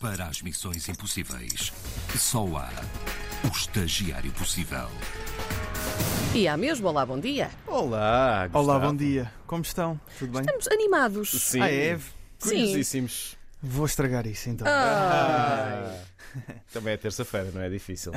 Para as missões impossíveis, só há o estagiário possível. E há mesmo, olá, bom dia. Olá, Gustavo. Olá, bom dia. Como estão? Tudo bem? Estamos animados. Sim. Ah, é? Curiosíssimos. Vou estragar isso então. Também é terça-feira, não é difícil.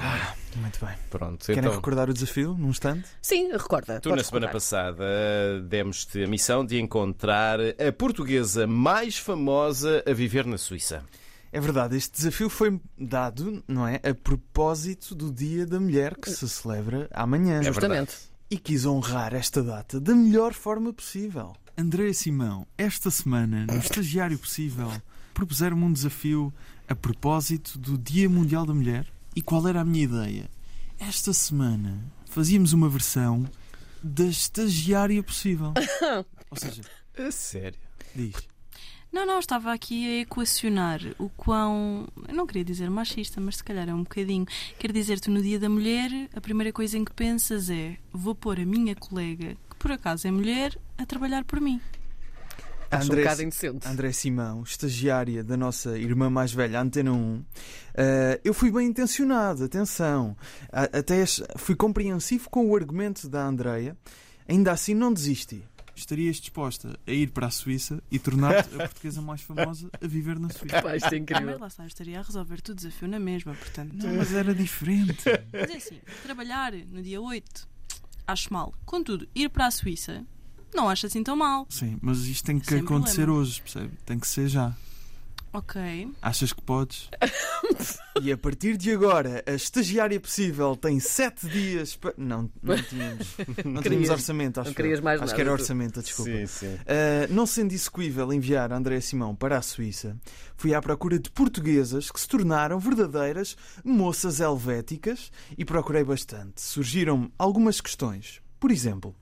Muito bem. Pronto, Querem então. recordar o desafio num instante? Sim, recorda. Tu, na podes semana recordar. passada, demos-te a missão de encontrar a portuguesa mais famosa a viver na Suíça. É verdade, este desafio foi dado, não é? A propósito do Dia da Mulher que se celebra é amanhã. Justamente. E quis honrar esta data da melhor forma possível. André Simão, esta semana, no Estagiário Possível, propuseram-me um desafio a propósito do Dia Mundial da Mulher. E qual era a minha ideia? Esta semana fazíamos uma versão da Estagiária Possível. Ou seja, A sério? diz. Não, não, estava aqui a equacionar o quão. Eu não queria dizer machista, mas se calhar é um bocadinho. Quer dizer, tu no dia da mulher, a primeira coisa em que pensas é: vou pôr a minha colega, que por acaso é mulher, a trabalhar por mim. Acho um bocado indecente. André Simão, estagiária da nossa irmã mais velha, Antena 1, eh, eu fui bem intencionado, atenção. A- até ach- fui compreensivo com o argumento da Andreia, ainda assim não desisti. Estarias disposta a ir para a Suíça e tornar-te a portuguesa mais famosa a viver na Suíça? Pá, isto é Ah, mas incrível. lá está, eu estaria a resolver o desafio na mesma, portanto. Não, mas era diferente. Mas é assim: trabalhar no dia 8, acho mal. Contudo, ir para a Suíça, não acho assim tão mal. Sim, mas isto tem que Sem acontecer problema. hoje, percebe? Tem que ser já. Ok. Achas que podes? E a partir de agora, a estagiária possível tem sete dias para. Não, não tínhamos, não tínhamos querias- orçamento, acho, não que querias mais acho nada, que era tu. orçamento, desculpa. Sim, sim. Uh, não sendo execuível enviar André Simão para a Suíça, fui à procura de portuguesas que se tornaram verdadeiras moças helvéticas e procurei bastante. Surgiram algumas questões. Por exemplo,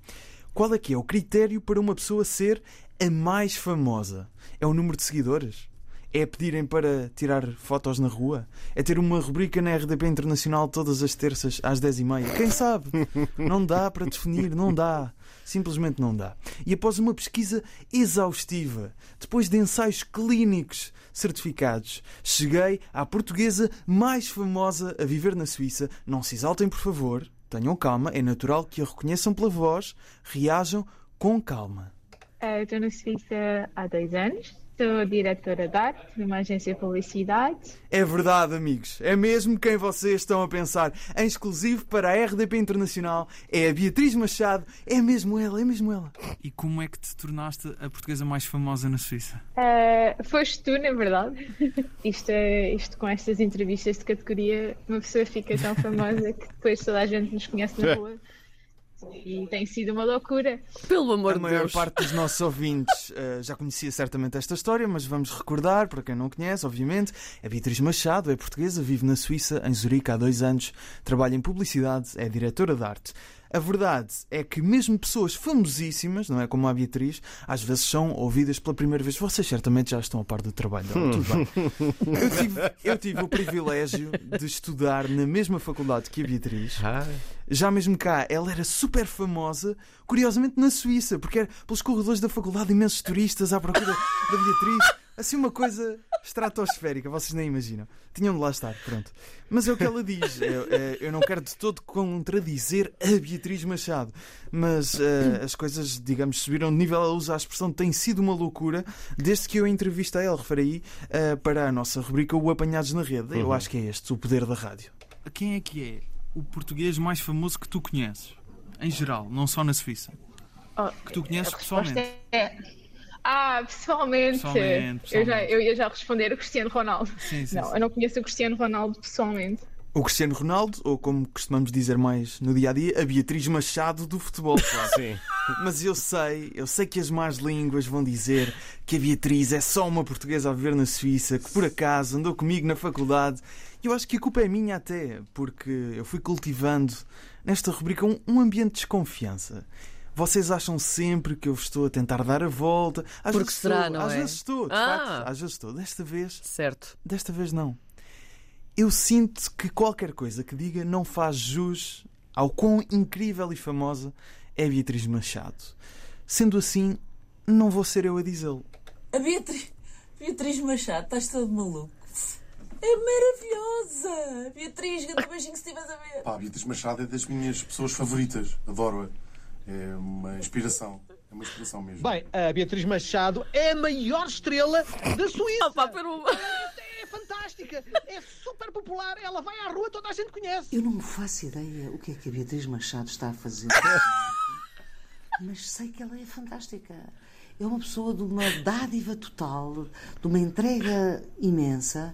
qual é que é o critério para uma pessoa ser a mais famosa? É o número de seguidores? É pedirem para tirar fotos na rua? É ter uma rubrica na RDP Internacional todas as terças às 10h30? Quem sabe? Não dá para definir, não dá. Simplesmente não dá. E após uma pesquisa exaustiva, depois de ensaios clínicos certificados, cheguei à portuguesa mais famosa a viver na Suíça. Não se exaltem, por favor. Tenham calma, é natural que a reconheçam pela voz, reajam com calma. Eh, Eu estou na Suíça há dois anos. Sou diretora de arte de uma agência de publicidade. É verdade, amigos. É mesmo quem vocês estão a pensar. Em exclusivo para a RDP Internacional é a Beatriz Machado. É mesmo ela, é mesmo ela. E como é que te tornaste a portuguesa mais famosa na Suíça? Eh, foste tu, na verdade. Isto, é- isto com estas entrevistas de categoria, uma pessoa fica tão famosa que depois toda a gente nos conhece na rua. E tem sido uma loucura. Pelo amor a de maior Deus. parte dos nossos ouvintes eh, já conhecia certamente esta história, mas vamos recordar, para quem não conhece, obviamente, a Beatriz Machado é portuguesa, vive na Suíça, em Zurique há dois anos, trabalha em publicidade, é diretora de arte. A verdade é que mesmo pessoas famosíssimas, não é como a Beatriz, às vezes são ouvidas pela primeira vez. Vocês certamente já estão a par do trabalho dela, tudo bem. Eu tive, eu tive o privilégio de estudar na mesma faculdade que a Beatriz. Ah. Já mesmo cá, ela era super famosa, curiosamente na Suíça, porque era pelos corredores da faculdade imensos turistas à procura da Beatriz. Assim, uma coisa estratosférica, vocês nem imaginam. Tinham de lá estar, pronto. Mas é o que ela diz. Eu, eh, eu não quero de todo contradizer a Beatriz Machado, mas eh, as coisas, digamos, subiram de nível. Ela usa a expressão tem sido uma loucura desde que eu a entrevistei, ela referei eh, para a nossa rubrica O Apanhados na Rede. Eu acho que é este, o poder da rádio. Uhum. Quem é que é o português mais famoso que tu conheces? Em geral, não só na Suíça. Oh, Que tu conheces a resposta pessoalmente. é- Ah, pessoalmente. Pessoalmente, Eu, já, pessoalmente. eu ia já responder o Cristiano Ronaldo. Sim, sim. Não, sim. eu não conheço o Cristiano Ronaldo pessoalmente. O Cristiano Ronaldo, ou como costumamos dizer mais no dia a dia, a Beatriz Machado do futebol. claro. Sim. Mas eu sei, eu sei que as más línguas vão dizer que a Beatriz é só uma portuguesa a viver na Suíça, que por acaso andou comigo na faculdade. E eu acho que a culpa é minha até, porque eu fui cultivando nesta rubrica um, um ambiente de desconfiança. Vocês acham sempre que eu vos estou a tentar dar a volta. Às Porque vezes será, estou, não às é? vezes estou, de Ah. facto, às vezes estou. Desta vez Certo. Desta vez não. Eu sinto que qualquer coisa que diga não faz jus ao quão incrível e famosa é Beatriz Machado. Sendo assim, não vou ser eu a dizê-lo. A Beatriz, Beatriz Machado, estás todo maluco. É maravilhosa! Beatriz, grande beijinho se estiveres a ver. Pá, a Beatriz Machado é das minhas pessoas favoritas. Adoro-a. É uma inspiração. É uma inspiração mesmo. Bem, a Beatriz Machado é a maior estrela da Suíça. Opa, peru. É fantástica, é super popular, ela vai à rua, toda a gente conhece. Eu não faço ideia o que é que a Beatriz Machado está a fazer. Mas sei que ela é fantástica. É uma pessoa de uma dádiva total, de uma entrega imensa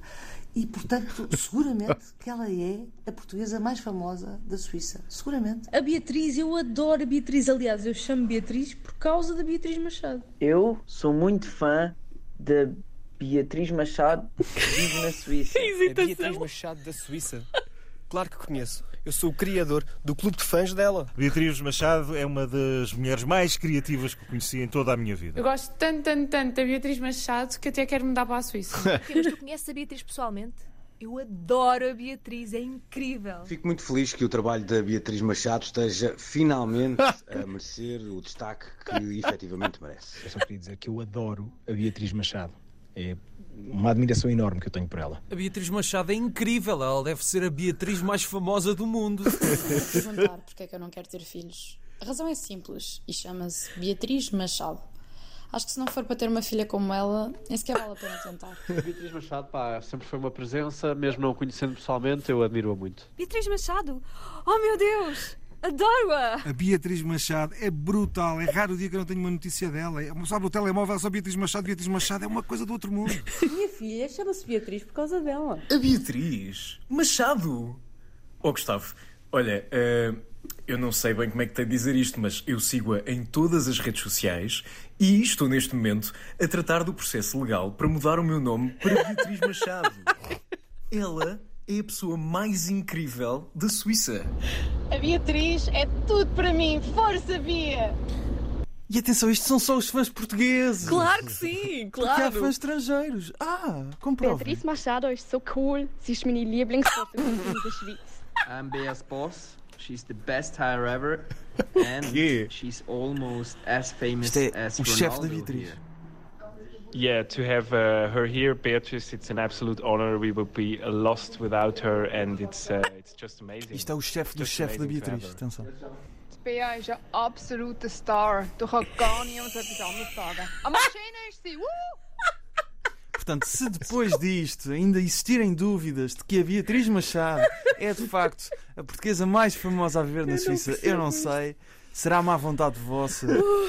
e, portanto, seguramente que ela é a portuguesa mais famosa da Suíça. Seguramente. A Beatriz, eu adoro a Beatriz. Aliás, eu chamo Beatriz por causa da Beatriz Machado. Eu sou muito fã da Beatriz Machado, que vive na Suíça. A Beatriz Machado da Suíça. Claro que conheço. Eu sou o criador do clube de fãs dela. Beatriz Machado é uma das mulheres mais criativas que conheci em toda a minha vida. Eu gosto tanto, tanto, tanto da Beatriz Machado que até quero mudar para a Suíça. Mas tu conheces a Beatriz pessoalmente? Eu adoro a Beatriz, é incrível. Fico muito feliz que o trabalho da Beatriz Machado esteja finalmente a merecer o destaque que efetivamente merece. Eu só queria dizer que eu adoro a Beatriz Machado. É uma admiração enorme que eu tenho por ela. A Beatriz Machado é incrível, ela deve ser a Beatriz mais famosa do mundo. perguntar porque é que eu não quero ter filhos. A razão é simples e chama-se Beatriz Machado. Acho que se não for para ter uma filha como ela, nem sequer vale a pena tentar. Beatriz Machado, pá, sempre foi uma presença, mesmo não a conhecendo pessoalmente, eu admiro-a muito. Beatriz Machado? Oh meu Deus! Adoro-a! A Beatriz Machado é brutal. É raro o dia que eu não tenho uma notícia dela. É- Uma sabe o telemóvel, é só Beatriz Machado. Beatriz Machado é uma coisa do outro mundo. Minha filha chama-se Beatriz por causa dela. A Beatriz Machado. Ó Gustavo, olha, eh, eu não sei bem como é que tenho de dizer isto, mas eu sigo-a em todas as redes sociais e estou neste momento a tratar do processo legal para mudar o meu nome para Beatriz Machado. Ela é a pessoa mais incrível da Suíça. A Beatriz é tudo para mim. Força, Bia! E atenção, isto são só os fãs portugueses. Claro que sim, Porque há claro. fãs estrangeiros. Ah, comprova. Beatriz Machado ist so cool. Sie ist meine Lieblingsforscherin in der Schweiz. I'm Bea's boss. She's the best hire ever. And she's almost as famous Isto é as o chefe da Ronaldo Beatriz. here. Yeah, to have uh, her here, Beatrice, it's an absolute honor. We would be uh, lost without her, and it's uh, it's just amazing. Isto é o chefe do Just chefe da amazing to have Beatriz. her. Atenção. Bea ist ein absoluter Star. Du kannst gar niemand etwas anderes sagen. Eine Maschine ist sie. Woo! Portanto, se depois disto ainda existirem dúvidas de que a Beatriz Machado é de facto a portuguesa mais famosa a viver na Suíça, eu não sei. Será má vontade vossa.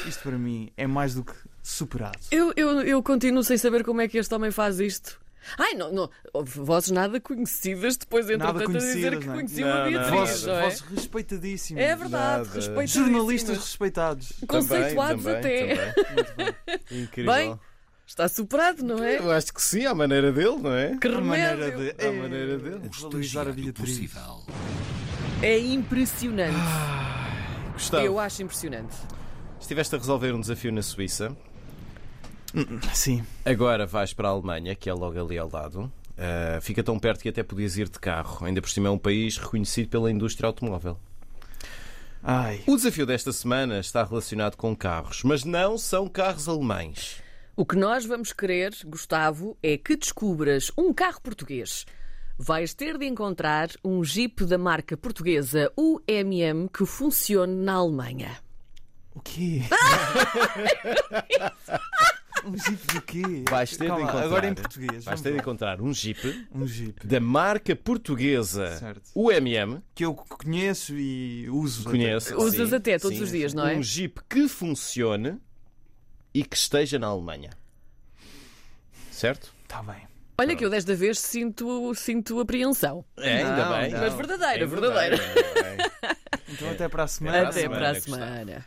Isto para mim é mais do que superado. Eu, eu, eu continuo sem saber como é que este homem faz isto. Ai, não, não. Houve Vozes nada conhecidas depois, Nada entretanto, a dizer conhecidas, que não é? conheciam a Não, não. Beatriz, Vossos não é? vossos respeitadíssimos. É verdade, Nada. respeitadíssimas. Jornalistas respeitados. Conceituados até. até. Incrível. Bem, Está superado, não é? eu acho que sim, à maneira dele, não é? Que maneira remédio! É, de. À maneira dele. O Valorizar a estagiário Beatriz. possível. É Ah, impressionante. Gustavo, então. Eu acho impressionante. estiveste a resolver um desafio na Suíça, Sim. agora vais para a Alemanha, que é logo ali ao lado. Ah, fica tão perto que até podias ir de carro. Ainda por cima é um país reconhecido pela indústria automóvel. Ai. O desafio desta semana está relacionado com carros, mas não são carros alemães. O que nós vamos querer, Gustavo, é que descubras um carro português. Vais ter de encontrar um Jeep da marca portuguesa UMM que funcione na Alemanha. O quê? um jeep do quê? Vais ter de Calma, encontrar. Agora em português. Vais vamos ter de lá. encontrar um Jeep Um jeep. da marca portuguesa Certo. UMM. Que eu conheço e uso. Conheço. Usas sim, até todos sim. os dias, não é? Um Jeep que funcione e que esteja na Alemanha. Certo? Está Tá bem. Olha que eu desta vez sinto, sinto apreensão. É, Não, ainda bem. não. Mas verdadeira, Ainda verdadeira. bem, ainda bem. Então até para a semana. Até semana, para a Gustavo. semana.